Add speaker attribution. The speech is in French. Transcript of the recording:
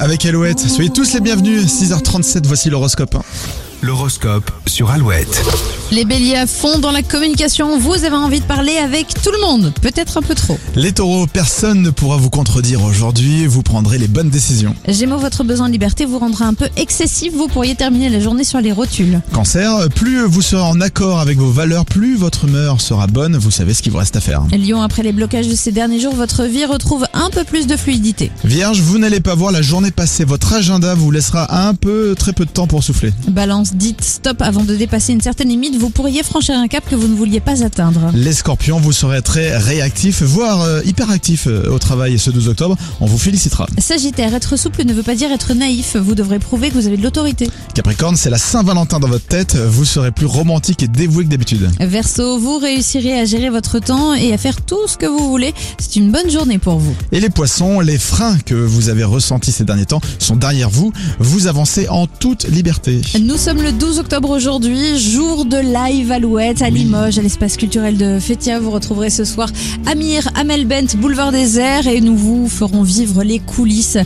Speaker 1: avec Alouette. Soyez tous les bienvenus, 6h37, voici l'horoscope.
Speaker 2: L'horoscope sur Alouette.
Speaker 3: Les béliers à fond dans la communication, vous avez envie de parler avec tout le monde, peut-être un peu trop.
Speaker 1: Les taureaux, personne ne pourra vous contredire aujourd'hui, vous prendrez les bonnes décisions.
Speaker 3: Gémeaux, votre besoin de liberté vous rendra un peu excessif, vous pourriez terminer la journée sur les rotules.
Speaker 1: Cancer, plus vous serez en accord avec vos valeurs, plus votre humeur sera bonne, vous savez ce qu'il vous reste à faire.
Speaker 3: Lyon, après les blocages de ces derniers jours, votre vie retrouve un peu plus de fluidité.
Speaker 1: Vierge, vous n'allez pas voir la journée passer, votre agenda vous laissera un peu, très peu de temps pour souffler.
Speaker 3: Balance, dites stop avant de dépasser une certaine limite, vous pourriez franchir un cap que vous ne vouliez pas atteindre.
Speaker 1: Les scorpions, vous serez très réactifs, voire euh, hyperactifs euh, au travail ce 12 octobre, on vous félicitera.
Speaker 3: Sagittaire, être souple ne veut pas dire être naïf, vous devrez prouver que vous avez de l'autorité.
Speaker 1: Capricorne, c'est la Saint-Valentin dans votre tête, vous serez plus romantique et dévoué que d'habitude.
Speaker 3: Verseau, vous réussirez à gérer votre temps et à faire tout ce que vous voulez, c'est une bonne journée pour vous.
Speaker 1: Et les poissons, les freins que vous avez ressentis ces derniers temps sont derrière vous, vous avancez en toute liberté.
Speaker 3: Nous sommes le 12 octobre aujourd'hui, jour de live Alouette à Limoges, à l'espace culturel de Fétia. Vous retrouverez ce soir Amir, Amel Bent, Boulevard des Airs et nous vous ferons vivre les coulisses.